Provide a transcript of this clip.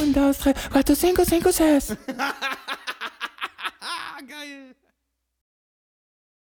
4, 5, 5, 6. Geil.